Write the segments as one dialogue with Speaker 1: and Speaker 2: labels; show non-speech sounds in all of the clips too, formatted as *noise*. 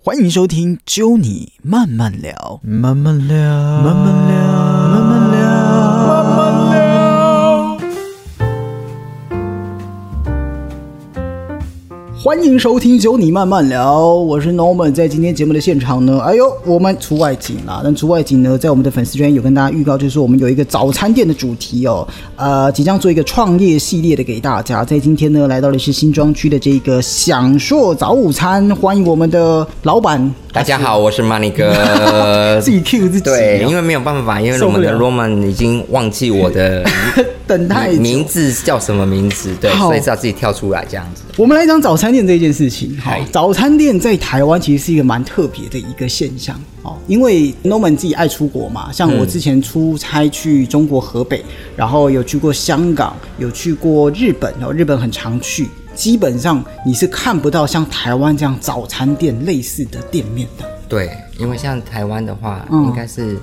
Speaker 1: 欢迎收听《揪你慢慢聊》，
Speaker 2: 慢慢聊，慢
Speaker 1: 慢聊慢慢聊
Speaker 2: 慢慢聊。
Speaker 1: 欢迎收听《揪你慢慢聊》，我是 Norman，在今天节目的现场呢，哎呦，我们出外景啦！但出外景呢，在我们的粉丝圈有跟大家预告，就是说我们有一个早餐店的主题哦，呃，即将做一个创业系列的给大家。在今天呢，来到的是新庄区的这个享硕早午餐，欢迎我们的老板。
Speaker 3: 大家好，我是 Money 哥
Speaker 1: *laughs* 自己 Q 自己哦，
Speaker 3: 对，因为没有办法，因为
Speaker 1: 受
Speaker 3: 我
Speaker 1: 不
Speaker 3: 们
Speaker 1: 了
Speaker 3: 的 Roman 已经忘记我的
Speaker 1: 等 *laughs* 太久。
Speaker 3: 名字叫什么名字，对，
Speaker 1: 好
Speaker 3: 所以是要自己跳出来这样子。
Speaker 1: 我们来讲早餐店这件事情。好
Speaker 3: 嗨，
Speaker 1: 早餐店在台湾其实是一个蛮特别的一个现象哦，因为 Norman 自己爱出国嘛，像我之前出差去中国河北，然后有去过香港，有去过日本哦，日本很常去。基本上你是看不到像台湾这样早餐店类似的店面的。
Speaker 3: 对，因为像台湾的话，
Speaker 1: 嗯
Speaker 3: 应该是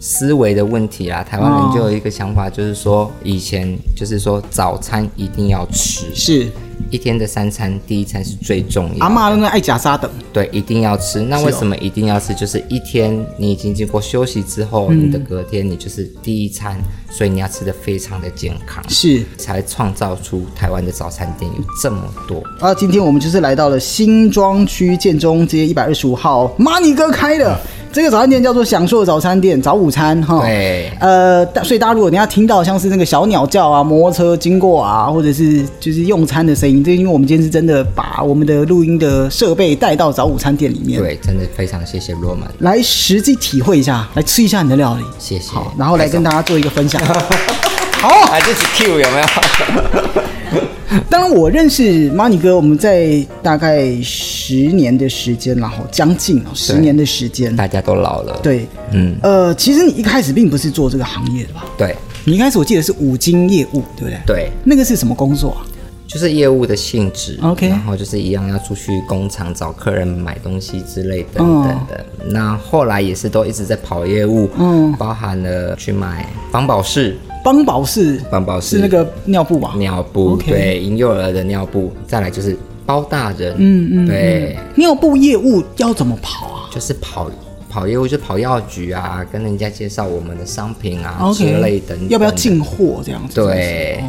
Speaker 3: 思维的问题啦。台湾人就有一个想法，就是说以前就是说早餐一定要吃，
Speaker 1: 是
Speaker 3: 一天的三餐，第一餐是最重要的。
Speaker 1: 阿妈那个爱假沙等，
Speaker 3: 对，一定要
Speaker 1: 哦
Speaker 3: 吃。那为什么一定要吃？就是一天你已经经过休息之后，你的隔天你就是第一餐，所以你要吃的非常的健康，
Speaker 1: 是
Speaker 3: 才创造出台湾的早餐店有这么多。
Speaker 1: 啊，今天我们就是来到了新庄区建中街一百二十五号马尼哥开的这个早餐店，叫做享受早餐店早午餐哈。
Speaker 3: 对
Speaker 1: 呃，但所以大家如果你要听到像是那个小鸟叫啊、摩托车经过啊，或者是就是用餐的声音，这因为我们今天是真的把我们的录音的设备带到早午餐店里面，
Speaker 3: 对，真的非常谢谢罗曼，
Speaker 1: 来实际体会一下，来吃一下你的料理，
Speaker 3: 谢谢。
Speaker 1: 好，然后来跟大家做一个分享。
Speaker 3: 好，啊，这是 Q 有没
Speaker 1: 哦
Speaker 3: 有？
Speaker 1: 当然，我认识 Money 哥，我们在大概十年的时间啦，然后将近哦十年的时间。
Speaker 3: 大家都老了。，
Speaker 1: 对，
Speaker 3: 嗯，
Speaker 1: 呃，其实你一开始并不是做这个行业的吧？
Speaker 3: 对
Speaker 1: 你一开始我记得是五金业务，对不对？，
Speaker 3: 对，
Speaker 1: 那个是什么工作啊？
Speaker 3: 就是业务的性质
Speaker 1: OK
Speaker 3: 然后就是一样要出去工厂找客人买东西之类等等的。那后来也是都一直在跑业务，
Speaker 1: 嗯
Speaker 3: 包含了去买防宝适、
Speaker 1: 邦宝是
Speaker 3: 防宝适
Speaker 1: 是那个尿布吧？
Speaker 3: 尿布
Speaker 1: OK
Speaker 3: 对，婴幼儿的尿布，再来就是包大人，嗯嗯，对，
Speaker 1: 尿布业务要怎么跑啊？
Speaker 3: 就是跑。跑业务就跑药局啊，跟人家介绍我们的商品啊
Speaker 1: OK
Speaker 3: 之类等等的，
Speaker 1: 要不要进哦货这样子？
Speaker 3: 对，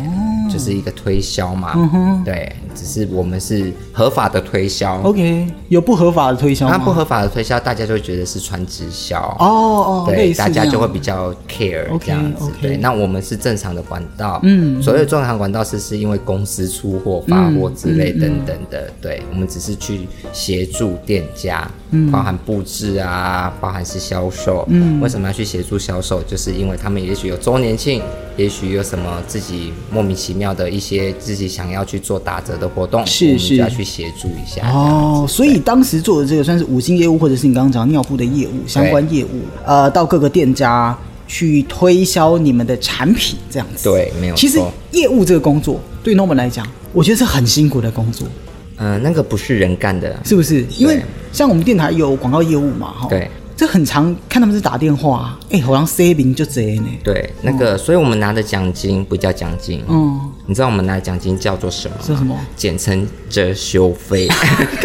Speaker 3: 就是一个推销嘛。
Speaker 1: 嗯
Speaker 3: 对，只是我们是合法的推销。
Speaker 1: ，OK，有不合法的推销
Speaker 3: 那
Speaker 1: 吗？
Speaker 3: 不合法的推销，大家就会觉得是传直销。
Speaker 1: 哦哦，类
Speaker 3: 对，
Speaker 1: 似
Speaker 3: 大家
Speaker 1: 这样
Speaker 3: 就会比较 care
Speaker 1: OK，
Speaker 3: 这样子
Speaker 1: OK。
Speaker 3: 对，那我们是正常的管道，嗯，所谓的正常管道是是因为公司出货、发
Speaker 1: 嗯
Speaker 3: 货之类等等的。对，我们只是去协助店家，
Speaker 1: 嗯
Speaker 3: 包含布置啊，包含是销售。嗯，为什么要去协助销售？就是因为他们也许有周年庆，也许有什么自己莫名其妙的一些自己想要去做打折的活动，
Speaker 1: 是
Speaker 3: 我们
Speaker 1: 是
Speaker 3: 就要去协助一下。
Speaker 1: 哦，所以当时做的这个算是五金业务，或者是你刚刚讲尿布的业务相关业务，呃，到各个店家去推销你们的产品，这样子。
Speaker 3: 对没有
Speaker 1: 其实
Speaker 3: 错
Speaker 1: 业务这个工作对 Norman 来讲，我觉得是很辛苦的工作，
Speaker 3: 呃，那个不是人干的，
Speaker 1: 是不是？因为
Speaker 3: 对
Speaker 1: 像我们电台有广告业务嘛，哈，
Speaker 3: 对，
Speaker 1: 这很常看他们是打电话、啊，哎、好像 saving 就这呢，
Speaker 3: 对，那个，所以我们拿的奖金不叫奖金，
Speaker 1: 嗯，
Speaker 3: 你知道我们拿的奖金叫做什么吗？
Speaker 1: 是什么？
Speaker 3: 简称遮羞费。
Speaker 1: *laughs*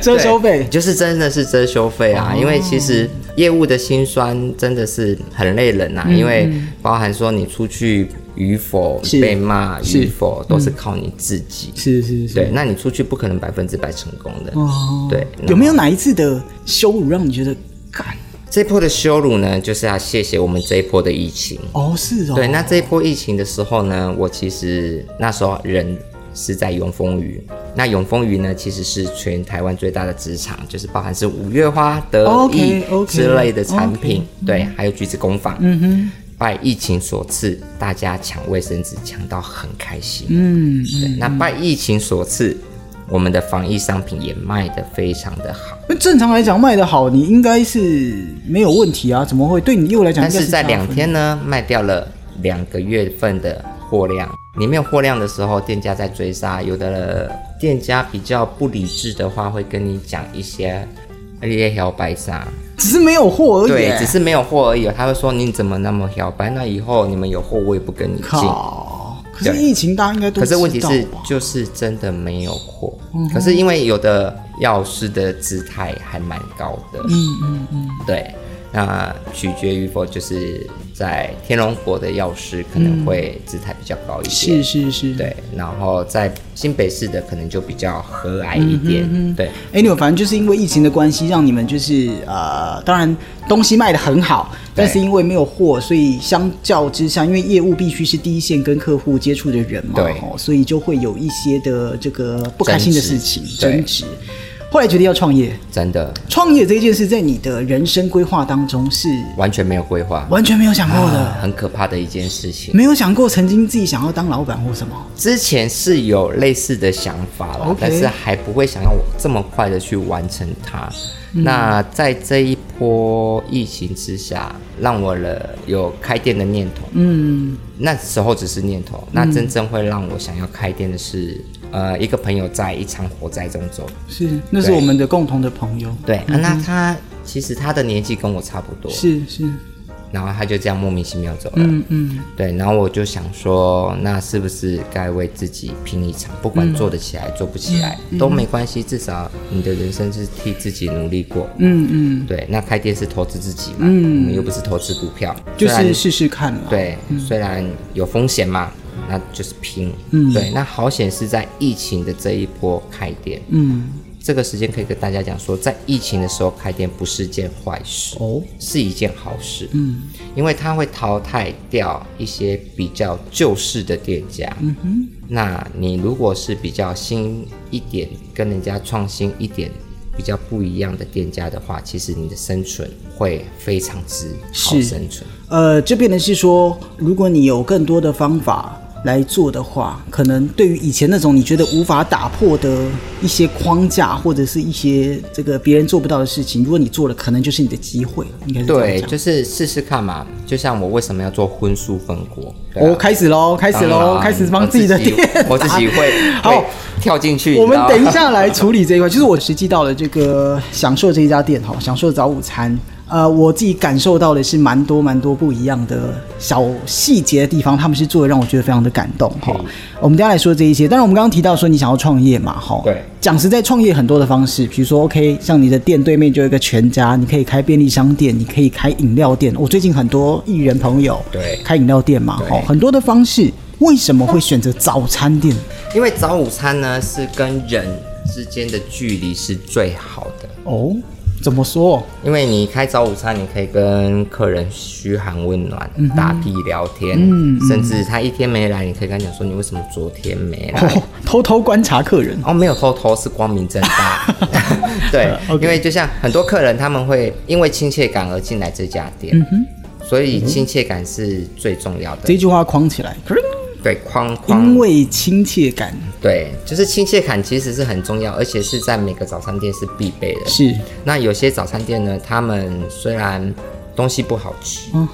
Speaker 1: 遮羞费哦
Speaker 3: 对，就是真的是遮羞费啊，因为其实业务的辛酸真的是很累人呐、
Speaker 1: 嗯
Speaker 3: 因为包含说你出去与否
Speaker 1: 是
Speaker 3: 被骂
Speaker 1: 是嗯
Speaker 3: 与否，都是靠你自己。
Speaker 1: 是是是，
Speaker 3: 对，那你出去不可能百分之百成功的。
Speaker 1: 哦，
Speaker 3: 对，
Speaker 1: 有没有哪一次的羞辱让你觉得干？
Speaker 3: 这一波的羞辱呢？就是要谢谢我们这一波的疫情。
Speaker 1: 哦，是哦，
Speaker 3: 对，那这一波疫情的时候呢，我其实那时候人是在永丰余。那永丰余呢，其实是全台湾最大的职场，就是包含是五月花、得意
Speaker 1: OK，OK，
Speaker 3: 之类的产品对，还有橘子工坊。嗯哼。拜疫情所赐，大家抢卫生纸抢到很开心。
Speaker 1: 嗯，
Speaker 3: 对，那拜疫情所赐，我们的防疫商品也卖得非常的好。
Speaker 1: 那正常来讲卖的好，你应该是没有问题啊，怎么会对你业务来讲应
Speaker 3: 但
Speaker 1: 该
Speaker 3: 是在
Speaker 1: 加分
Speaker 3: 两天呢，卖掉了两个月份的货量。你没有货量的时候，店家在追杀，有的店家比较不理智的话，会跟你讲一些一些小白杀，
Speaker 1: 只是没有货而已、
Speaker 3: 对，只是没有货而已哦。他会说你怎么那么小白？那以后你们有货，我也不跟你进。
Speaker 1: 靠。可是
Speaker 3: 对
Speaker 1: 疫情大家应该都
Speaker 3: 可
Speaker 1: 知道
Speaker 3: 是
Speaker 1: 吧？啊嗯
Speaker 3: 问题是，就是真的没有货，可是因为有的药师的姿态还蛮高的，嗯嗯嗯，对，那取决于否就是在天龙国的药师可能会姿态比较高一些，
Speaker 1: 嗯是是是，。
Speaker 3: 对，然后在新北市的可能就比较和蔼一点，
Speaker 1: 嗯
Speaker 3: 对，
Speaker 1: anyway，反正就是因为疫情的关系，让你们就是呃，当然东西卖的很好，但是因为没有货，所以相较之下，因为业务必须是第一线跟客户接触的人嘛，
Speaker 3: 对
Speaker 1: 吼所以就会有一些的这个不开心的事情
Speaker 3: 争执
Speaker 1: 争执。后来决定要创业，
Speaker 3: 真的
Speaker 1: 创业这件事在你的人生规划当中是
Speaker 3: 完全没有规划，
Speaker 1: 完全没有想过的，
Speaker 3: 很可怕的一件事情。
Speaker 1: 没有想过曾经自己想要当老板或什么。
Speaker 3: 之前是有类似的想法啦
Speaker 1: OK
Speaker 3: 但是还不会想要我这么快的去完成它。
Speaker 1: 嗯
Speaker 3: 那在这一波疫情之下，让我了有开店的念头。
Speaker 1: 嗯，
Speaker 3: 那时候只是念头，那真正会让我想要开店的是，呃，一个朋友在一场火灾中走。
Speaker 1: 是，那是
Speaker 3: 对
Speaker 1: 我们的共同的朋友，
Speaker 3: 对，啊那他其实他的年纪跟我差不多，
Speaker 1: 是是，
Speaker 3: 然后他就这样莫名其妙走了。
Speaker 1: 嗯嗯，
Speaker 3: 对，然后我就想说，那是不是该为自己拼一场？不管做得起来、做不起来、
Speaker 1: 嗯
Speaker 3: 都没关系，至少你的人生是替自己努力过。
Speaker 1: 嗯嗯，
Speaker 3: 对，那开店是投资自己嘛，嗯，我们又不是投资股票，
Speaker 1: 就
Speaker 3: 虽然
Speaker 1: 是嗯试试看了。
Speaker 3: 对，虽然有风险嘛，那就是拼。嗯，对，那好险是在疫情的这一波开店，
Speaker 1: 嗯，
Speaker 3: 这个时间可以跟大家讲说，在疫情的时候开店不是件坏事
Speaker 1: 哦，
Speaker 3: 是一件好事。嗯，因为它会淘汰掉一些比较旧式的店家。嗯哼，那你如果是比较新一点，跟人家创新一点。比较不一样的店家的话，其实你的生存会非常之好
Speaker 1: 是
Speaker 3: 生存。
Speaker 1: 呃，这边的是说，如果你有更多的方法来做的话，可能对于以前那种你觉得无法打破的一些框架，或者是一些这个别人做不到的事情，如果你做了，可能就是你的机会，应该是这
Speaker 3: 对，
Speaker 1: 样讲。
Speaker 3: 就是试试看嘛。就像我为什么要做荤素分锅？对啊
Speaker 1: 哦，开始喽，开始
Speaker 3: 当
Speaker 1: 喽，
Speaker 3: 然啊
Speaker 1: 开始帮自己的店
Speaker 3: 我自己我自己会
Speaker 1: *laughs* 好
Speaker 3: 会跳进去。
Speaker 1: 我们
Speaker 3: 你知道吗
Speaker 1: 等一下来处理这一块。就是我实际到了这个享受这一家店哈，享受早午餐。呃，我自己感受到的是蛮多蛮多不一样的小细节的地方，他们是做的让我觉得非常的感动哈
Speaker 3: 嗯。
Speaker 1: 我们等一下来说这一些，当然我们刚刚提到说你想要创业嘛哈，
Speaker 3: 对
Speaker 1: 讲实在，创业很多的方式，比如说，OK，像你的店对面就有一个全家，你可以开便利商店，你可以开饮料店。我最近很多艺人朋友
Speaker 3: 对
Speaker 1: 开饮料店嘛，
Speaker 3: 对
Speaker 1: 哦，很多的方式，为什么会选择早餐店？
Speaker 3: *laughs* 因为早午餐呢是跟人之间的距离是最好的。
Speaker 1: 哦，怎么说？
Speaker 3: 因为你开早午餐，你可以跟客人嘘寒问暖、
Speaker 1: 嗯
Speaker 3: 打屁聊天，甚至他一天没来，你可以跟他讲说你为什么昨天没来，
Speaker 1: *laughs* 哦，偷偷观察客人。
Speaker 3: 哦，没有偷偷，是光明正大。
Speaker 1: *laughs*
Speaker 3: 对
Speaker 1: OK
Speaker 3: 因为就像很多客人他们会因为亲切感而进来这家店，所以亲切感是最重要的。
Speaker 1: 嗯这句话框起来，
Speaker 3: 对，框
Speaker 1: 因
Speaker 3: 框，
Speaker 1: 为亲切感
Speaker 3: 对，就是亲切感其实是很重要，而且是在每个早餐店是必备的。
Speaker 1: 是
Speaker 3: 那有些早餐店呢，他们虽然东西不好吃，
Speaker 1: 嗯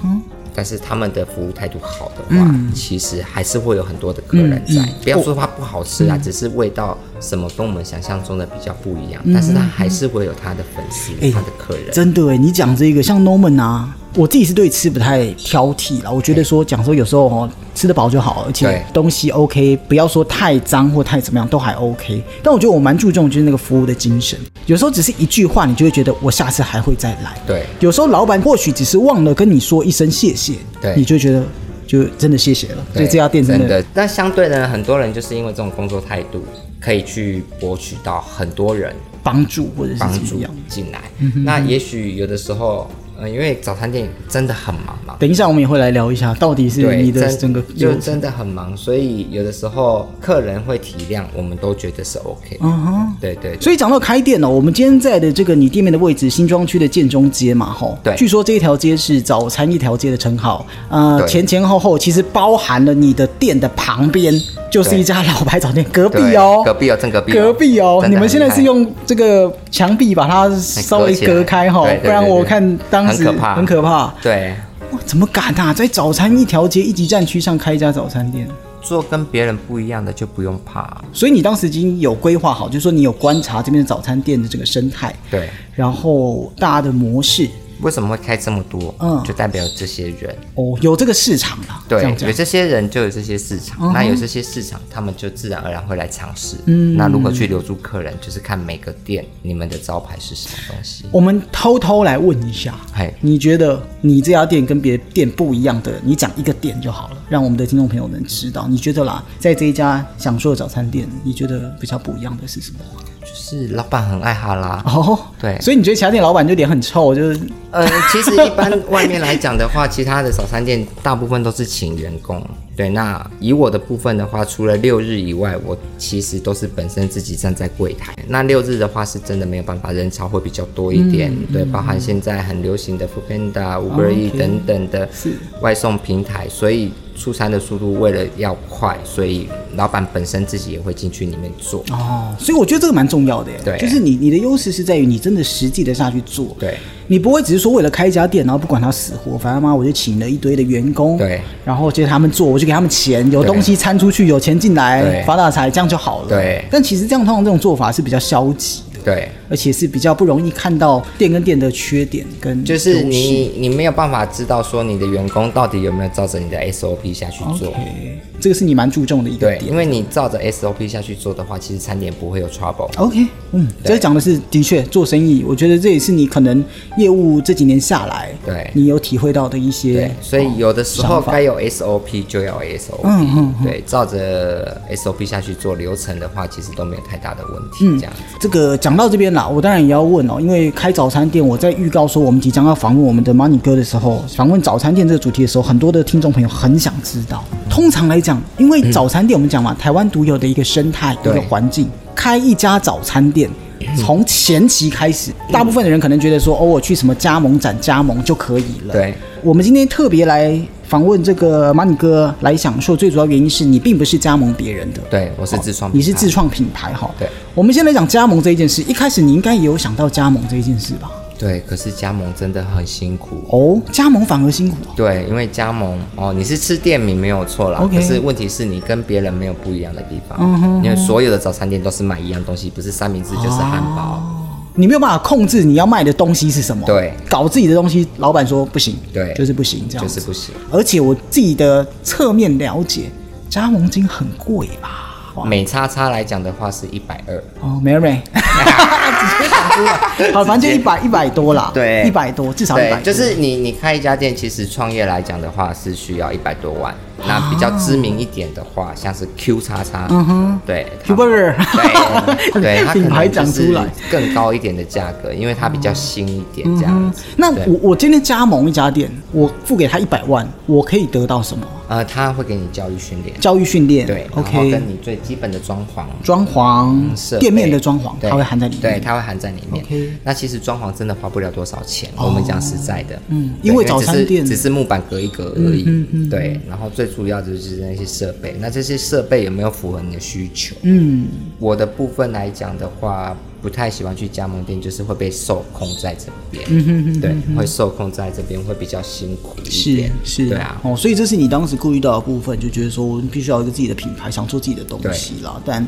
Speaker 3: 但是他们的服务态度好的话，其实还是会有很多的客人
Speaker 1: 嗯
Speaker 3: 在。不要说它不好吃啊，只是味道什么跟我们想象中的比较不一样，但是它还是会有它的粉丝、
Speaker 1: 嗯哎
Speaker 3: 它的客人。
Speaker 1: 真的哎。你讲这个，像 Norman 啊，我自己是对吃不太挑剔啦。我觉得说讲说有时候哦，吃得饱就好，而且
Speaker 3: 对
Speaker 1: 东西 OK，不要说太脏或太怎么样都还 OK。但我觉得我蛮注重就是那个服务的精神，有时候只是一句话，你就会觉得我下次还会再来。
Speaker 3: 对
Speaker 1: 有时候老板或许只是忘了跟你说一声谢谢，
Speaker 3: 对
Speaker 1: 你就觉得就真的谢谢了。所以这家店真
Speaker 3: 真
Speaker 1: 的
Speaker 3: 的，但相对呢，很多人就是因为这种工作态度，可以去博取到很多人
Speaker 1: 帮助或者是
Speaker 3: 帮
Speaker 1: 怎
Speaker 3: 助
Speaker 1: 么样。
Speaker 3: 进来。那也许有的时候，呃，因为早餐店真的很忙嘛，
Speaker 1: 等一下，我们也会来聊一下，到底是
Speaker 3: 对，
Speaker 1: 你的
Speaker 3: 真
Speaker 1: 整个
Speaker 3: 就
Speaker 1: 流程。
Speaker 3: 真的很忙，所以有的时候客人会体谅，我们都觉得是 OK 的。
Speaker 1: 嗯哼。
Speaker 3: 对对对，
Speaker 1: 所以讲到开店哦呢、我们今天在的这个你店面的位置，新庄区的建中街嘛，吼。
Speaker 3: 对
Speaker 1: 据说这一条街是早餐一条街的称号，呃，
Speaker 3: 对
Speaker 1: 前前后后其实包含了你的店的旁边就是
Speaker 3: 对
Speaker 1: 一家老牌早店，隔壁
Speaker 3: 对
Speaker 1: 哦，
Speaker 3: 隔壁哦，正隔壁，
Speaker 1: 隔壁哦，
Speaker 3: 真
Speaker 1: 你
Speaker 3: 的
Speaker 1: 们
Speaker 3: 很
Speaker 1: 现在
Speaker 3: 厉害
Speaker 1: 是用这个墙壁把它稍微
Speaker 3: 起来
Speaker 1: 隔开哈
Speaker 3: 对对，对
Speaker 1: 不然我
Speaker 3: 对
Speaker 1: 看当时
Speaker 3: 很可怕
Speaker 1: 很可怕，
Speaker 3: 对
Speaker 1: 哇，怎么敢啊，在早餐一条街一级战区上开一家早餐店？
Speaker 3: 做跟别人不一样的就不用怕。
Speaker 1: 所以你当时已经有规划好，就是说你有观察这边的早餐店的这个生态，
Speaker 3: 对
Speaker 1: 然后大家的模式，
Speaker 3: 为什么会开这么多？
Speaker 1: 嗯
Speaker 3: 就代表这些人，
Speaker 1: 哦，有这个市场啦，
Speaker 3: 对
Speaker 1: 这样，讲
Speaker 3: 有这嗯些人就有这些市场，那有这些市场，他们就自然而然会来尝试。嗯，那如何去留住客人，就是看每个店你们的招牌是什么东西。
Speaker 1: 我们偷偷来问一下，
Speaker 3: 嘿，
Speaker 1: 你觉得你这家店跟别的店不一样的，你讲一个点就好了，让我们的听众朋友能知道。你觉得啦，在这一家享受早餐店，你觉得比较不一样的是
Speaker 3: *laughs*
Speaker 1: 什么？
Speaker 3: 就是老板很爱哈拉。
Speaker 1: 哦，
Speaker 3: 对
Speaker 1: 所以你觉得其他店老板就脸很臭，就是
Speaker 3: 呃，其实一般外面来讲的话，其他的早餐店大部分都是请员工。对，那以我的部分的话，除了六日以外，我其实都是本身自己站在柜台。那六日的话，是真的没有办法，人潮会比较多一
Speaker 1: 嗯
Speaker 3: 点。对，包含现在很流行的 f o o p a n d a
Speaker 1: 哦
Speaker 3: Uber E 等等的外送平台，所以出餐的速度为了要快，所以老板本身自己也会进去里面做。
Speaker 1: 哦，所以我觉得这个蛮重要的耶，
Speaker 3: 对
Speaker 1: 就是你你的优势是在于你真的实际的下去做，
Speaker 3: 对，
Speaker 1: 你不会只是说为了开一家店，然后不管他死活，反正妈我就请了一堆的员工，
Speaker 3: 对，
Speaker 1: 然后接着他们做，我就给他们钱，有
Speaker 3: 对
Speaker 1: 东西餐出去，有钱进来
Speaker 3: 对
Speaker 1: 发大财，这样就好了，
Speaker 3: 对
Speaker 1: 但其实这样通常这种做法是比较消极的，
Speaker 3: 对。
Speaker 1: 而且是比较不容易看到店跟店的缺点跟
Speaker 3: 就是
Speaker 1: 优势
Speaker 3: 你你没有办法知道说你的员工到底有没有照着你的 SOP 下去做。
Speaker 1: OK，这个是你蛮注重的一个
Speaker 3: 对，
Speaker 1: 点
Speaker 3: 因为你照着 SOP 下去做的话，其实餐点不会有 trouble。
Speaker 1: OK，嗯，这讲的是的确做生意，我觉得这也是你可能业务这几年下来，
Speaker 3: 对
Speaker 1: 你有体会到的一
Speaker 3: 对
Speaker 1: 些，，
Speaker 3: 所以有的时
Speaker 1: 想
Speaker 3: 候
Speaker 1: 法
Speaker 3: 该有 SOP 就要 SOP，、
Speaker 1: 嗯嗯
Speaker 3: 对，照着 SOP 下去做流程的话，其实都没有太大的问题。
Speaker 1: 嗯
Speaker 3: 这样子，
Speaker 1: 这个讲到这边啦，我当然也要问哦，因为开早餐店，我在预告说我们即将要访问我们的 Money 哥的时候，访问早餐店这个主题的时候，很多的听众朋友很想知道。通常来讲，因为早餐店我们讲嘛，台湾独有的一个生态、一
Speaker 3: 对
Speaker 1: 个环境，开一家早餐店。从前期开始，大部分的人可能觉得说，哦，我去什么加盟展加盟就可以了。
Speaker 3: 对，
Speaker 1: 我们今天特别来访问这个 Money 哥来享受，最主要原因是你并不是加盟别人的，
Speaker 3: 对我哦是自创品牌，
Speaker 1: 哦你是自创品牌哈。
Speaker 3: 对，
Speaker 1: 我们先来讲加盟这一件事。一开始你应该也有想到加盟这一件事吧？
Speaker 3: 对，可是加盟真的很辛苦。
Speaker 1: 哦，加盟反而辛苦哦。
Speaker 3: 对，因为加盟哦，你是吃店名没有错啦
Speaker 1: OK 嗯
Speaker 3: 可是问题是你跟别人没有不一样的地方，因为所有的早餐店都是卖一样东西，不是三明治就是汉堡。
Speaker 1: 你没有办法控制你要卖的东西是什么，
Speaker 3: 对
Speaker 1: 搞自己的东西，老板说不行，
Speaker 3: 对
Speaker 1: 就是不行，这样
Speaker 3: 就
Speaker 1: 子
Speaker 3: 是不行。
Speaker 1: 而且我自己的侧面了解，加盟金很贵吧？哇
Speaker 3: 美叉叉来讲的话是一百二，
Speaker 1: 哦，Mary，直接讲出来，好，反正就一百一百多啦，
Speaker 3: 对
Speaker 1: 一百多，至少一百
Speaker 3: 对，，就是你你开一家店，其实创业来讲的话是需要一百多万。那比较知名一点的话，像是 Q 叉叉，嗯哼，对
Speaker 1: Q
Speaker 3: *laughs*
Speaker 1: Burger *laughs*
Speaker 3: 对对，它可
Speaker 1: 品牌
Speaker 3: 能
Speaker 1: 讲
Speaker 3: 就
Speaker 1: 出
Speaker 3: 是
Speaker 1: 来
Speaker 3: 更高一点的价格，因为它比较新一点这样子。
Speaker 1: 那
Speaker 3: 对
Speaker 1: 我我今天加盟一家店，我付给他一百万，我可以得到什么？
Speaker 3: 呃，他会给你教育训练，
Speaker 1: 教育训练，
Speaker 3: 对，然后
Speaker 1: ，OK，
Speaker 3: 跟你最基本的装潢。
Speaker 1: 装
Speaker 3: 设
Speaker 1: 潢、
Speaker 3: 备
Speaker 1: 店面的装潢，
Speaker 3: 对
Speaker 1: 它会含在里面。
Speaker 3: 对，它会含在里面。
Speaker 1: OK 哦
Speaker 3: 那其实装潢真的花不了多少钱，我们讲实在的，
Speaker 1: 嗯
Speaker 3: 对
Speaker 1: 因
Speaker 3: 因
Speaker 1: 为早餐
Speaker 3: 只是
Speaker 1: 店嗯
Speaker 3: 只是木板隔一隔而已，对。然后最主要的就是那些设备，那这些设备有没有符合你的需求？
Speaker 1: 嗯，
Speaker 3: 我的部分来讲的话，不太喜欢去加盟店，就是会被受控在这边，
Speaker 1: 嗯
Speaker 3: 对，会受控在这边会比较辛苦一
Speaker 1: 是
Speaker 3: 点，
Speaker 1: 是，
Speaker 3: 对啊，
Speaker 1: 哦，所以这是你当时顾虑到的部分，就觉得说我们必须要有一个自己的品牌，想做自己的东西啦。但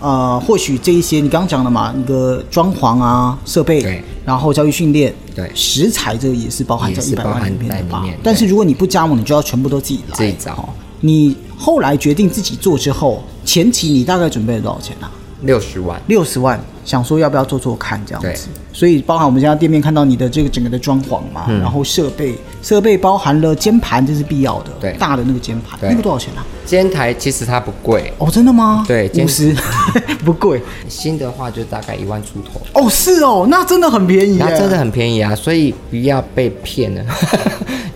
Speaker 1: 呃，或许这一些你刚刚讲的嘛，一个装潢啊、设备
Speaker 3: 对，
Speaker 1: 然后教育训练，
Speaker 3: 对
Speaker 1: 食材这个也是包含在
Speaker 3: 也
Speaker 1: 一
Speaker 3: 是
Speaker 1: 百
Speaker 3: 包
Speaker 1: 万
Speaker 3: 含
Speaker 1: 里面
Speaker 3: 在
Speaker 1: 的
Speaker 3: 里
Speaker 1: 吧
Speaker 3: 面？
Speaker 1: 但是
Speaker 3: 对
Speaker 1: 如果你不加盟，你就要全部都自己来，
Speaker 3: 自己找
Speaker 1: 哦你后来决定自己做之后，前期你大概准备了多少钱啊？
Speaker 3: 六十万。
Speaker 1: 六十万，想说要不要做做看这样
Speaker 3: 对
Speaker 1: 子。所以包含我们家店面看到你的这个整个的装潢嘛，
Speaker 3: 嗯
Speaker 1: 然后设备，设备包含了煎盘，这是必要的，
Speaker 3: 对
Speaker 1: 大的那个煎盘，
Speaker 3: 对
Speaker 1: 那个多少钱啊？
Speaker 3: 煎台其实它不贵，
Speaker 1: 哦，真的吗？
Speaker 3: 对
Speaker 1: 五
Speaker 3: 煎
Speaker 1: 十， *laughs* 不贵。
Speaker 3: 新的话就大概一万出头。
Speaker 1: 哦，是哦，那真的很便宜耶，
Speaker 3: 那真的很便宜啊，所以不要被骗了， *laughs*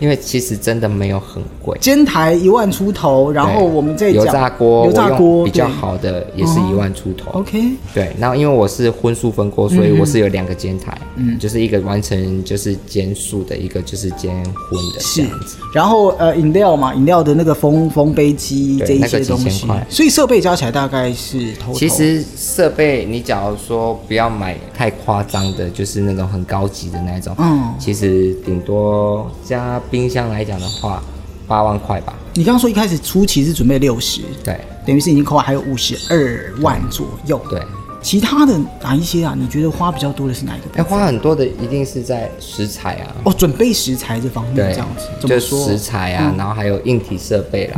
Speaker 3: 因为其实真的没有很贵。
Speaker 1: 煎台一万出头，然后
Speaker 3: 对
Speaker 1: 我们再讲
Speaker 3: 油炸锅，
Speaker 1: 油炸锅
Speaker 3: 我用比较
Speaker 1: 对哦
Speaker 3: 好的也是一万出头。
Speaker 1: OK，
Speaker 3: 对，那因为我是荤素分
Speaker 1: 嗯
Speaker 3: 锅，所以我是有两个煎台，嗯，就是一个完成就是煎素的，一个就是煎荤的这
Speaker 1: 是
Speaker 3: 样子。，
Speaker 1: 然后呃，饮料嘛，饮料的那个封封杯机
Speaker 3: 对
Speaker 1: 这一
Speaker 3: 那
Speaker 1: 些
Speaker 3: 个几
Speaker 1: 东
Speaker 3: 千
Speaker 1: 西
Speaker 3: 块，
Speaker 1: 所以设备加起来大概是头头
Speaker 3: 其实设备，你假如说不要买太夸张的，就是那种很高级的那一种，
Speaker 1: 嗯
Speaker 3: 其实顶多加冰箱来讲的话，八万块吧。
Speaker 1: 你刚刚说一开始初期是准备六十，
Speaker 3: 对，
Speaker 1: 等于是已经扣完还有五十二万左右。
Speaker 3: 对，
Speaker 1: 其他的哪一些啊？你觉得花比较多的是哪一个部
Speaker 3: 哎，
Speaker 1: 分？
Speaker 3: 花很多的一定是在食材啊，
Speaker 1: 哦，准备食材这方面
Speaker 3: 对
Speaker 1: 这样子，，怎
Speaker 3: 就
Speaker 1: 么说？嗯
Speaker 3: 食材啊，然后还有硬体设备啦。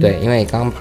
Speaker 3: 对，因为刚刚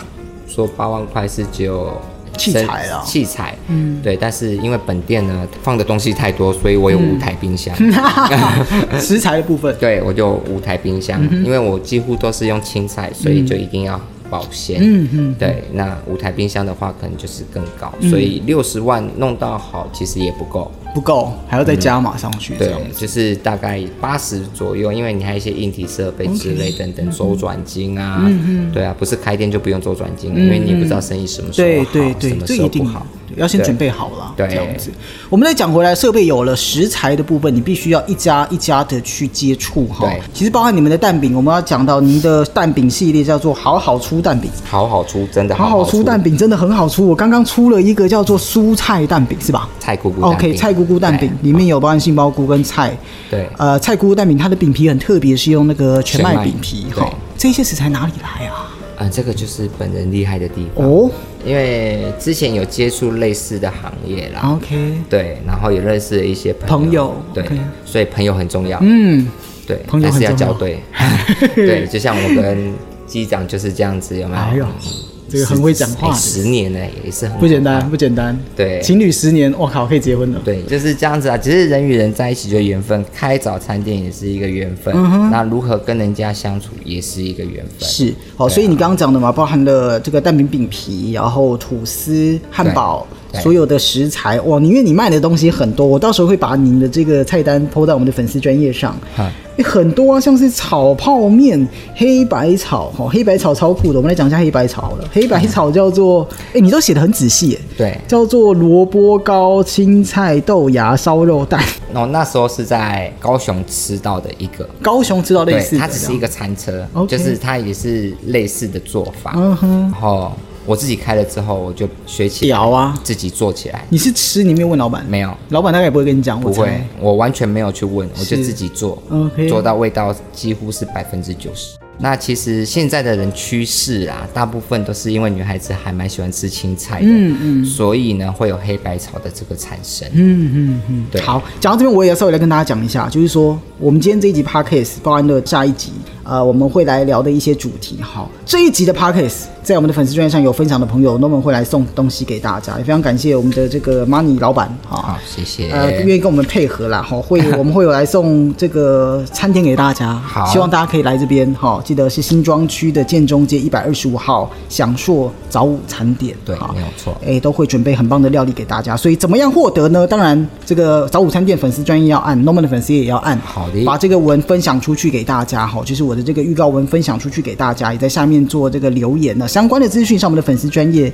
Speaker 3: 说八万块是只有
Speaker 1: 器
Speaker 3: 生
Speaker 1: 材啊啦
Speaker 3: 器材，嗯，对，但是因为本店呢放的东西太多，所以
Speaker 1: 嗯
Speaker 3: 我有五台
Speaker 1: *laughs*
Speaker 3: 冰箱。
Speaker 1: *laughs* 食材的部
Speaker 3: *laughs*
Speaker 1: 分，
Speaker 3: 对，我就五台冰箱，
Speaker 1: 嗯
Speaker 3: 因为我几乎都是用青菜，所以就一定要保鲜。嗯嗯，对，那五台冰箱的话，可能就是更高，
Speaker 1: 嗯
Speaker 3: 所以六十万弄到好其实也不够。
Speaker 1: 不够，还要再加码上去，这
Speaker 3: 对
Speaker 1: 样。，
Speaker 3: 就是大概八十左右，因为你还有一些硬体设备之类等
Speaker 1: 嗯
Speaker 3: 等，周转金啊，对啊，不是开店就不用周转金了，因为你也不知道生意什么时候
Speaker 1: 对
Speaker 3: 好，
Speaker 1: 嗯对对
Speaker 3: 什，么
Speaker 1: 这
Speaker 3: 时候
Speaker 1: 一
Speaker 3: 不
Speaker 1: 定
Speaker 3: 好。
Speaker 1: 对要先
Speaker 3: 对
Speaker 1: 准备好了，
Speaker 3: 对
Speaker 1: 这样子。我们再讲回来，设备有了，食材的部分你必须要一家一家的去接触哈
Speaker 3: 对。
Speaker 1: 其实包含你们的蛋饼，我们要讲到您的蛋饼系列叫做“好好出蛋饼”，
Speaker 3: 好好出，真的
Speaker 1: 好好
Speaker 3: 好
Speaker 1: 出蛋饼真的很好出。我刚刚出了一个叫做蔬菜蛋饼，是吧
Speaker 3: 菜姑姑蛋饼
Speaker 1: ？OK，菜姑姑蛋饼里面有包含杏鲍菇跟菜。
Speaker 3: 对
Speaker 1: 呃，菜姑姑蛋饼它的饼皮很特别，是用那个全麦
Speaker 3: 全麦
Speaker 1: 饼皮
Speaker 3: 对
Speaker 1: 哈。这些食材哪里来啊？
Speaker 3: 啊，这个就是本人厉害的地方，
Speaker 1: 哦
Speaker 3: 因为之前有接触类似的行业啦，
Speaker 1: 啊，OK，
Speaker 3: 对，然后也认识了一些
Speaker 1: 朋友
Speaker 3: 对
Speaker 1: OK
Speaker 3: 所以朋友很重要，
Speaker 1: 嗯，
Speaker 3: 对，
Speaker 1: 朋友
Speaker 3: 但
Speaker 1: 很
Speaker 3: 是要
Speaker 1: 重要 *laughs*
Speaker 3: 校对，对，就像我跟机长就是这样子，有没有？
Speaker 1: 哎呦
Speaker 3: 嗯
Speaker 1: 这个很会讲话
Speaker 3: 哎
Speaker 1: 的
Speaker 3: 十年呢、也是很
Speaker 1: 不简单，不简单。
Speaker 3: 对
Speaker 1: 情侣十年，我靠，可以结婚了。
Speaker 3: 对，就是这样子啊。其实人与人在一起就缘分，开早餐店也是一个缘分，那如何跟人家相处也是一个缘分。
Speaker 1: 嗯是，好，
Speaker 3: 对啊
Speaker 1: 所以你刚刚讲的嘛，包含了这个蛋饼饼皮，然后吐司、汉堡，
Speaker 3: 对
Speaker 1: 所有的食材，哇，你因为你卖的东西很多，我到时候会把您的这个菜单抛在我们的粉丝专业上
Speaker 3: 嗯，
Speaker 1: 诶很多啊，像是炒泡面、黑白炒，哦，黑白炒超酷的，我们来讲一下黑白炒好了，黑白炒叫
Speaker 3: *laughs*
Speaker 1: 做，哎、你都写的很仔细耶，
Speaker 3: 对，
Speaker 1: 叫做萝卜糕、青菜、豆芽、烧肉
Speaker 3: *laughs*
Speaker 1: 蛋，
Speaker 3: 那我那时候是在高雄吃到的一个，
Speaker 1: 高雄知道类
Speaker 3: 对
Speaker 1: 似，的，
Speaker 3: 它只是一个餐车
Speaker 1: OK，
Speaker 3: 就是它也是类似的做法。
Speaker 1: 嗯哼
Speaker 3: 然后我自己开了之后，我就学起来，
Speaker 1: 屌啊，
Speaker 3: 自己做起来。
Speaker 1: 你是吃，你没有问老板，
Speaker 3: 没有，
Speaker 1: 老板大概也不会跟你讲，我
Speaker 3: 不会
Speaker 1: 猜。，
Speaker 3: 我完全没有去问，我就自己做
Speaker 1: OK
Speaker 3: 做到味道几乎是百分之九十。那其实现在的人趋势啊，大部分都是因为女孩子还蛮喜欢吃青菜的，嗯嗯，所以呢会有黑白炒的这个产生，嗯嗯嗯，对，
Speaker 1: 好，讲到这边，我也要稍微来跟大家讲一下，就是说，我们今天这一集 podcast 包含了下一集，呃，我们会来聊的一些主题。好，这一集的 podcast 在我们的粉丝专页上有分享的朋友，那我们会来送东西给大家，也非常感谢我们的这个 money 老板，
Speaker 3: 好
Speaker 1: 哈，，
Speaker 3: 谢谢，
Speaker 1: 呃，愿意跟我们配合啦，
Speaker 3: *laughs*
Speaker 1: 哈，会我们会有来送这个餐点给大家，
Speaker 3: 好
Speaker 1: 希望大家可以来这边，哈，记得是新庄区的建中街一百二十五号享受早午餐店，
Speaker 3: 对
Speaker 1: 好
Speaker 3: 没有错
Speaker 1: 哎，都会准备很棒的料理给大家。所以怎么样获得呢？当然，这个早午餐店粉丝专业要按，Norman 的粉丝也要按，
Speaker 3: 好的
Speaker 1: 把这个文分享出去给大家哈，就是我的这个预告文分享出去给大家，也在下面做这个留言呢。相关的资讯上我们的粉丝专业。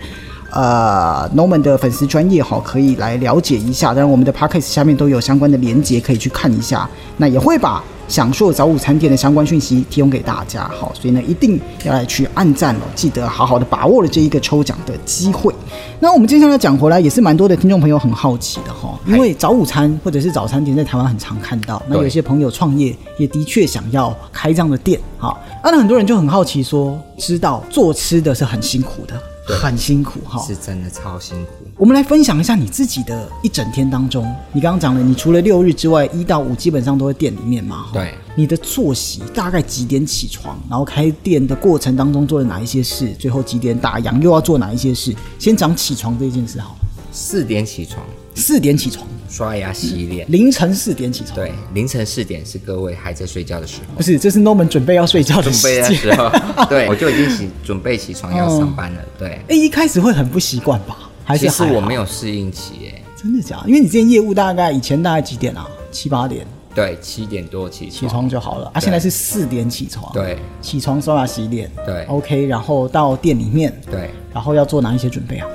Speaker 1: 呃，Norman 的粉丝专业哈，可以来了解一下。当然，我们的 Podcast 下面都有相关的连接，可以去看一下。那也会把享受早午餐店的相关讯息提供给大家。好，所以呢，一定要来去按赞哦，记得好好的把握了这一个抽奖的机会。那我们接下来讲回来，也是蛮多的听众朋友很好奇的哈、因为早午餐或者是早餐店在台湾很常看到，那有
Speaker 3: 对
Speaker 1: 些朋友创业也的确想要开这样的店哈。啊，那很多人就很好奇说，知道做吃的是很辛苦的，很辛苦哈。
Speaker 3: 是真的超辛苦。
Speaker 1: 我们来分享一下你自己的一整天当中，你刚刚讲了，你除了六日之外，一到五基本上都在店里面嘛。哈
Speaker 3: 对，
Speaker 1: 你的作息大概几点起床？然后开店的过程当中做了哪一些事？最后几点打烊又要做哪一些事？先讲起床这件事好了，
Speaker 3: 四点起床，
Speaker 1: 四点起床，
Speaker 3: 刷牙洗脸，
Speaker 1: 凌晨四点起床。，
Speaker 3: 对，凌晨四点是各位还在睡觉的时候。
Speaker 1: 不是，这是 Norman 准备要睡觉的
Speaker 3: 准
Speaker 1: 时
Speaker 3: 备啊
Speaker 1: 间。
Speaker 3: 的时候， *laughs* 对哦我就已经起准备起床要上班了。对，
Speaker 1: 哎，一开始会很不习惯吧？还是
Speaker 3: 其实
Speaker 1: 还好
Speaker 3: 我没有适应期耶，
Speaker 1: 真的假的？因为你之前业务大概以前大概几点啊？七八点
Speaker 3: 对，七点多起
Speaker 1: 起
Speaker 3: 床，
Speaker 1: 床就好了啊，现在是四点起床。
Speaker 3: 对
Speaker 1: 起床刷牙洗脸，
Speaker 3: 对
Speaker 1: ，OK，然后到店里面，
Speaker 3: 对，
Speaker 1: 然后要做哪一些准备啊？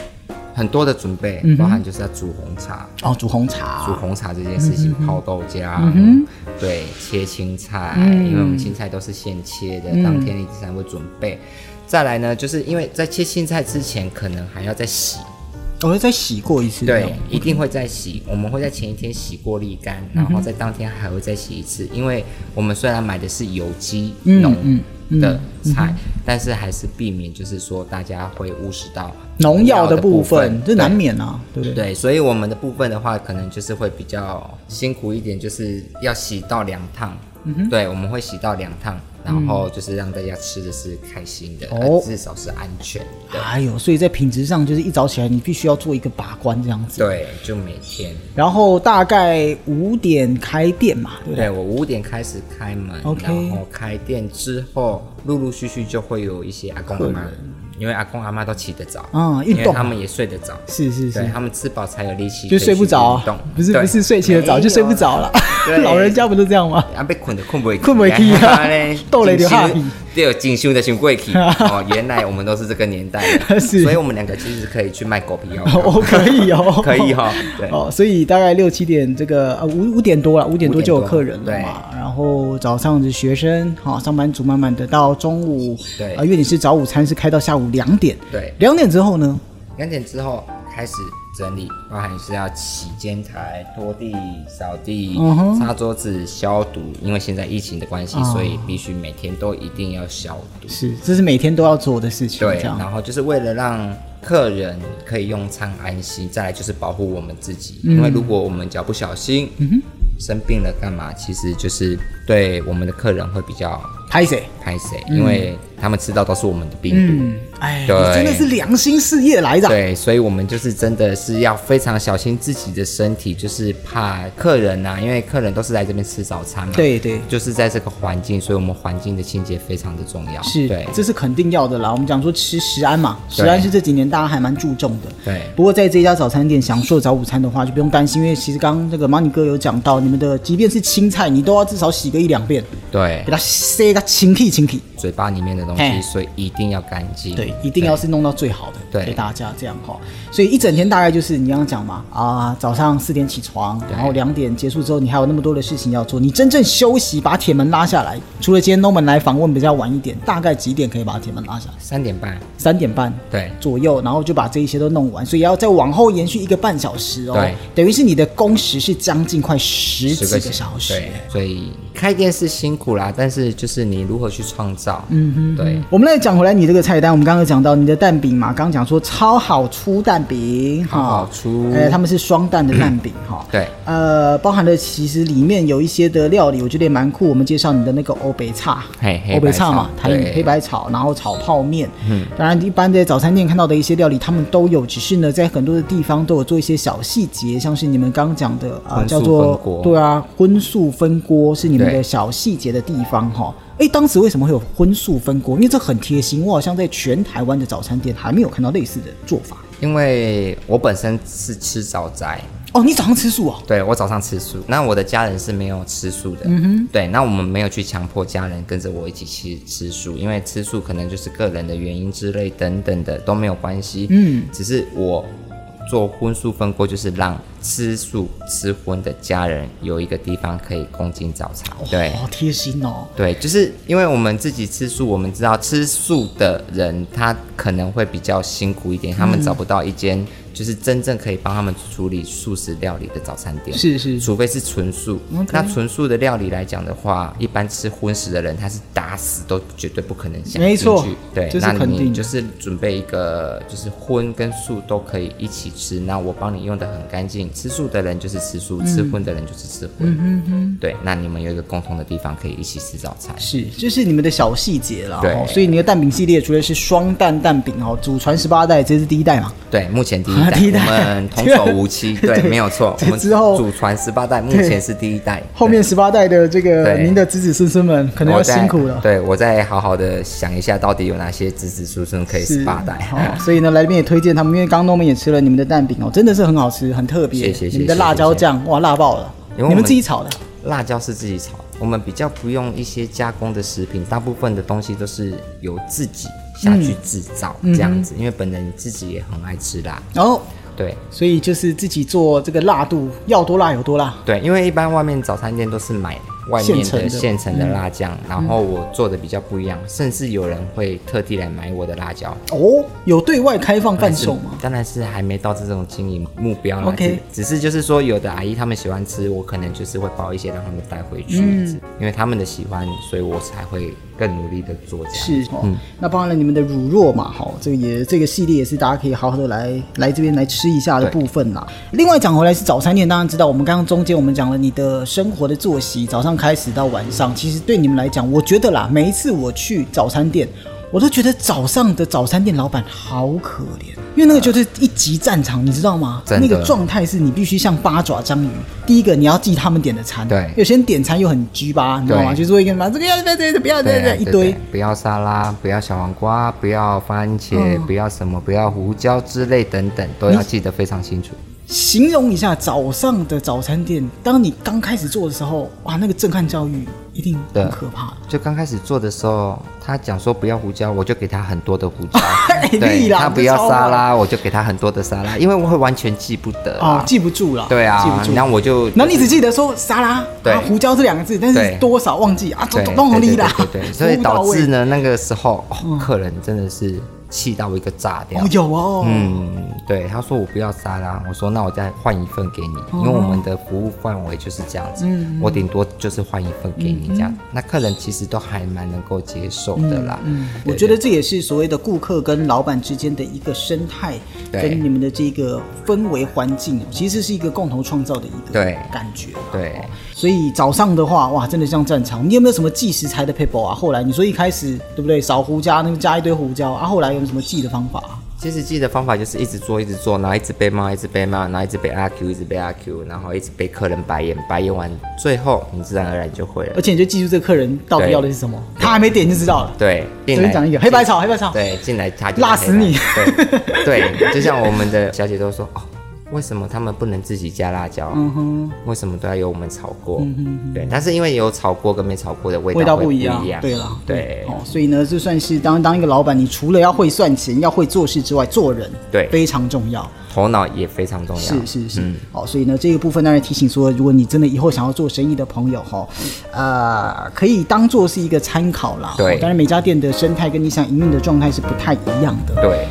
Speaker 3: 很多的准备，
Speaker 1: 嗯
Speaker 3: 包含就是要煮红茶，
Speaker 1: 哦，煮红
Speaker 3: 煮
Speaker 1: 茶，
Speaker 3: 红茶这件事情，泡豆
Speaker 1: 嗯
Speaker 3: 浆，对，切青菜，因为我们青菜都是现切
Speaker 1: 嗯
Speaker 3: 的，当天立即才会准备。再来呢，就是因为在切青菜之前，可能还要再洗，
Speaker 1: 我会再洗过一次，
Speaker 3: 对，，一定会再洗。我们会在前一天洗过
Speaker 1: 嗯
Speaker 3: 沥
Speaker 1: 嗯
Speaker 3: 干，然后在当天还会再洗一次，因为我们虽然买的是有机农，的菜，但是还是避免就是说大家会误食到
Speaker 1: 农药的部分
Speaker 3: 分，，
Speaker 1: 这难
Speaker 3: 对
Speaker 1: 免啊，对不对？
Speaker 3: 对，所以我们的部分的话，可能就是会比较辛苦一点，就是要洗到两趟。
Speaker 1: 嗯
Speaker 3: 对，我们会洗到两趟，然后就是让大家吃的是开心的，呃
Speaker 1: 哦
Speaker 3: 至少是安全的。
Speaker 1: 哎呦，所以在品质上，就是一早起来你必须要做一个把关这样子。
Speaker 3: 对，就每天。
Speaker 1: 然后大概五点开店嘛，对不对？
Speaker 3: 对我五点开始开门
Speaker 1: OK
Speaker 3: 然后开店之后，陆陆续续就会有一些阿公阿妈，因为阿公阿妈都起得早，
Speaker 1: 嗯运
Speaker 3: 因
Speaker 1: 动
Speaker 3: 为他们也睡得早，
Speaker 1: 是是
Speaker 3: 对
Speaker 1: 是，
Speaker 3: 他们吃饱才有力气，
Speaker 1: 就睡不着啊，不是不是睡起来早就睡不着了。 *laughs* 老人家不都这样
Speaker 3: *laughs*
Speaker 1: 吗？
Speaker 3: 啊啊，被困的
Speaker 1: *laughs*
Speaker 3: 困不
Speaker 1: 睏不去
Speaker 3: *laughs*
Speaker 1: 啊 *laughs* 斗了就
Speaker 3: 进
Speaker 1: 哈
Speaker 3: 修对，进修的先
Speaker 1: *laughs*
Speaker 3: 过去哦，原来我们都是这个年代的，
Speaker 1: 是
Speaker 3: 所以我们两个其实可以去卖狗皮
Speaker 1: *laughs* 哦
Speaker 3: 哦，，
Speaker 1: 可以哦，
Speaker 3: 可以哈，对，
Speaker 1: 哦，所以大概六七点这个呃五五点多了，五点多就有客人了嘛。然后早上的学生，好、上班族慢慢的到中午，
Speaker 3: 对
Speaker 1: 啊，因为你是早午餐是开到下午两点，
Speaker 3: 对
Speaker 1: 两点之后呢，
Speaker 3: 两点之后开始整理，包含是要洗肩台、拖地、扫地、
Speaker 1: 嗯哼哦
Speaker 3: 擦桌子、消毒，因为现在疫情的关系，所以必须每天都一定要消毒。
Speaker 1: 是这是每天都要做的事情，
Speaker 3: 对，
Speaker 1: 这样
Speaker 3: 然后就是为了让客人可以用餐安心，再来就是保护我们自己，因
Speaker 1: 嗯
Speaker 3: 为如果我们脚不小心、生病了干嘛，其实就是对我们的客人会比较
Speaker 1: 拍谁？
Speaker 3: 拍谁，因为他们吃到都是我们的病毒。
Speaker 1: 嗯，哎，
Speaker 3: 对
Speaker 1: 你真的是良心事业来的啊，
Speaker 3: 对，所以我们就是真的是要非常小心自己的身体，就是怕客人呐、因为客人都是来这边吃早餐嘛。
Speaker 1: 对对
Speaker 3: 就是在这个环境，所以我们环境的清洁非常的重要。
Speaker 1: 是
Speaker 3: 对，
Speaker 1: 这是肯定要的啦。我们讲说吃食安嘛，食安是这几年大家还蛮注重的。
Speaker 3: 对
Speaker 1: 不过在这家早餐店享受早午餐的话，就不用担心，因为其实刚刚那个马尼哥有讲到，你们的即便是青菜，你都要至少洗个一两遍，
Speaker 3: 对
Speaker 1: 给，它塞个清气清气。
Speaker 3: 嘴巴里面的东
Speaker 1: 嘿
Speaker 3: 西，所以一定要干净。
Speaker 1: 对，一定要是弄到最好的，
Speaker 3: 嗯对
Speaker 1: 给大家这样哈。所以一整天大概就是你刚刚讲嘛，啊，早上四点起床，然后两点结束之后，你还有那么多的事情要做，你真正休息把铁门拉下来，除了今天 Norman 来访问比较晚一点，大概几点可以把铁门拉下来？
Speaker 3: 三点半。
Speaker 1: 三点半
Speaker 3: 对
Speaker 1: 左右，然后就把这一些都弄完，所以要再往后延续一个半小时哦。
Speaker 3: 对，
Speaker 1: 等于是你的工时是将近快十几
Speaker 3: 10
Speaker 1: 个小时。
Speaker 3: 对，所以开店是辛苦啦，但是就是你如何去创造，嗯哼，对，
Speaker 1: 我们来讲回来你这个菜单，我们刚刚有讲到你的蛋饼嘛，刚刚讲说超好出蛋饼，哈
Speaker 3: 好好出
Speaker 1: 呃，他们是双蛋的蛋饼哈，
Speaker 3: 嗯对，
Speaker 1: 呃，包含的其实里面有一些的料理，我觉得也蛮酷。我们介绍你的那个欧北叉，
Speaker 3: 嘿黑白
Speaker 1: 欧北叉嘛，
Speaker 3: 炒
Speaker 1: 台语
Speaker 3: 对
Speaker 1: 黑白炒，然后炒泡面，嗯，当然一般在早餐店看到的一些料理，他们都有，只是呢，在很多的地方都有做一些小细节，像是你们刚刚讲的啊、
Speaker 3: 荤素
Speaker 1: 叫做
Speaker 3: 分锅
Speaker 1: 对啊，荤素分锅是你们的
Speaker 3: 对
Speaker 1: 小细节的地方哈。哎，当时为什么会有荤素分锅？因为这很贴心，我好像在全台湾的早餐店还没有看到类似的做法。
Speaker 3: 因为我本身是吃早斋，
Speaker 1: 哦，你早上吃素哦？
Speaker 3: 对我早上吃素，那我的家人是没有吃素的，嗯哼，对，那我们没有去强迫家人跟着我一起去吃素，因为吃素可能就是个人的原因之类等等的都没有关系，嗯，只是我做荤素分锅，就是让吃素吃荤的家人有一个地方可以共进早餐，对，
Speaker 1: 好贴心哦。
Speaker 3: 对，就是因为我们自己吃素，我们知道吃素的人他可能会比较辛苦一点，他们找不到一间就是真正可以帮他们处理素食料理的早餐店，
Speaker 1: 是是
Speaker 3: 除非是纯素。那纯素的料理来讲的话，一般吃荤食的人他是打死都绝对不可能想
Speaker 1: 没错
Speaker 3: 进去对，
Speaker 1: 这是
Speaker 3: 那
Speaker 1: 肯定
Speaker 3: 你
Speaker 1: 的
Speaker 3: 就是准备一个就是荤跟素都可以一起吃，那我帮你用的很干净，吃素的人就是吃
Speaker 1: 嗯
Speaker 3: 素，吃荤的人就是吃荤，对，那你们有一个共同的地方可以一起吃早餐。
Speaker 1: 是，就是你们的小细节啦。
Speaker 3: 对
Speaker 1: 哦，所以你的蛋饼系列除了是双蛋蛋饼哦，祖传十八代，这是第一代嘛？
Speaker 3: 对，目前第一
Speaker 1: 啊第一代
Speaker 3: 代，我们童叟
Speaker 1: *laughs*
Speaker 3: 无欺，对，没有错。
Speaker 1: 这
Speaker 3: 我们
Speaker 1: 之后
Speaker 3: 祖传十八代，目前是第一代，
Speaker 1: 后面十八代的这个
Speaker 3: 对
Speaker 1: 您的子子孙孙们可
Speaker 3: 可
Speaker 1: 能要辛苦了。
Speaker 3: 对，我再好好的想一下，到底有哪些子子孙孙可以
Speaker 1: 是
Speaker 3: 十八代。
Speaker 1: 哦，所以呢，来这边也推荐他们，因为刚刚 Norman 也吃了你们的蛋饼哦，真的是很好吃，很特别。
Speaker 3: 谢谢谢
Speaker 1: 你
Speaker 3: 谢
Speaker 1: 们的辣椒酱哇，辣爆了！
Speaker 3: 因为我
Speaker 1: 你
Speaker 3: 们
Speaker 1: 们自己炒的，
Speaker 3: 辣椒是自己炒，我们比较不用一些加工的食品，大部分的东西都是由自己下去制造这样
Speaker 1: 嗯
Speaker 3: 子，因为本人自己也很爱吃辣，
Speaker 1: 然、后
Speaker 3: 对。
Speaker 1: 哦所以就是自己做这个辣度，要多辣有多辣。
Speaker 3: 对，因为一般外面早餐店都是买外
Speaker 1: 现
Speaker 3: 面
Speaker 1: 成的嗯
Speaker 3: 的现成的辣酱，然后我做的比较不一样，甚至有人会特地来买我的辣椒。
Speaker 1: 哦，有对外开放贩售吗？
Speaker 3: 是当然是还没到这种经营目标啦。
Speaker 1: OK
Speaker 3: 只只是就是说，有的阿姨她们喜欢
Speaker 1: 嗯
Speaker 3: 吃，我可能就是会包一些让他们带回去，因为他们的喜欢，所以我才会更努力的做这样。
Speaker 1: 是哦，那当然了，你们的乳酪嘛，哈、这个也这个系列也是大家可以好好的来来这边来吃一下的部分啦。另外讲回来是早餐店，当然知道我们刚刚中间我们讲了你的生活的作息，早上开始到晚上，其实对你们来讲，我觉得啦，每一次我去早餐店。我都觉得早上的早餐店老板好可怜，因为那个就是一级战场，你知道吗？
Speaker 3: 真
Speaker 1: 那
Speaker 3: 的
Speaker 1: 个状态是你必须像八爪章鱼，第一个你要记他们点的餐，
Speaker 3: 对
Speaker 1: 有些人点餐又很鸡巴，你知道吗？
Speaker 3: 对
Speaker 1: 就是会跟你妈这个要这个不要这个
Speaker 3: 对
Speaker 1: 一堆，
Speaker 3: 不要沙拉，不要小黄瓜，不要番
Speaker 1: 嗯
Speaker 3: 茄，不要什么，不要胡椒之类等等，都要记得非常清楚。
Speaker 1: 形容一下早上的早餐店，当你刚开始做的时候，哇，那个震撼教育一定很可怕。
Speaker 3: 就刚开始做的时候，他讲说不要胡椒，我就给他很多的胡椒
Speaker 1: *laughs* 哎。
Speaker 3: 对
Speaker 1: 你啦
Speaker 3: 他
Speaker 1: 这
Speaker 3: 不要
Speaker 1: 超
Speaker 3: 沙
Speaker 1: 好
Speaker 3: 拉，我就给他很多的沙拉，因为我会完全记不得
Speaker 1: 哦
Speaker 3: 啊，。
Speaker 1: 记不住了，
Speaker 3: 对
Speaker 1: 记
Speaker 3: 啊
Speaker 1: 不，住。
Speaker 3: 然后我就
Speaker 1: 然后你只记得说沙拉、
Speaker 3: 对
Speaker 1: 啊、胡椒这两个字，但是
Speaker 3: 对
Speaker 1: 多少忘记啊，总
Speaker 3: 对
Speaker 1: 总弄力啦
Speaker 3: 对对对，
Speaker 1: 服 *laughs*
Speaker 3: 对，所以
Speaker 1: 务到
Speaker 3: 导
Speaker 1: 位
Speaker 3: 致呢，那个时候哦客人真的是气到一个炸掉
Speaker 1: 哦。有哦，
Speaker 3: 嗯，对，他说我不要沙拉，我说那我再换一份给你，因为我们的服务范围就是这样子，我顶多就是换一份给你这样，那客人其实都还蛮能够接受的啦。
Speaker 1: 嗯我
Speaker 3: 对
Speaker 1: 觉得这也是所谓的顾客跟老板之间的一个生态，
Speaker 3: 对
Speaker 1: 跟你们的这个氛围环境，其实是一个共同创造的一个
Speaker 3: 对
Speaker 1: 感觉。
Speaker 3: 对
Speaker 1: 哦所以早上的话，哇，真的像战场。你有没有什么计食材的 paper 啊？后来你说一开始对不对，少胡椒，那个加一堆胡椒啊，后来有什么计的方法啊？
Speaker 3: 其实记的方法就是一直做，一直做，然后一直被骂，一直被骂，然后一直被阿 Q，一直被阿 Q，然后一直被客人白眼，白眼完，最后你自然而然就会了
Speaker 1: 而。且你就记住这个客人到底
Speaker 3: 对
Speaker 1: 要的是什么，他还没点就知道了。
Speaker 3: 对，进
Speaker 1: 随
Speaker 3: 来
Speaker 1: 便讲一个黑白炒，黑白炒。
Speaker 3: 对，进来他就
Speaker 1: 辣死你
Speaker 3: 对
Speaker 1: *laughs*
Speaker 3: 对，就像我们的小姐都说哦，为什么他们不能自己加辣椒？嗯哼，为什么都要由我们炒锅？
Speaker 1: 嗯
Speaker 3: 对，但是因为有炒锅跟没炒锅的味
Speaker 1: 味道
Speaker 3: 会
Speaker 1: 不
Speaker 3: 一
Speaker 1: 一样，对了，
Speaker 3: 对
Speaker 1: 哦，所以呢，就算是当当一个老板，你除了要会算钱，要会做事之外，做人
Speaker 3: 对
Speaker 1: 非常重要。
Speaker 3: 头脑也非常重要。
Speaker 1: 是是是，好，所以呢，这个部分当然提醒说，如果你真的以后想要做生意的朋友哈，呃，可以当做是一个参考啦。
Speaker 3: 对
Speaker 1: 哦当然每家店的生态跟你想营运的状态是不太一样的。
Speaker 3: 对，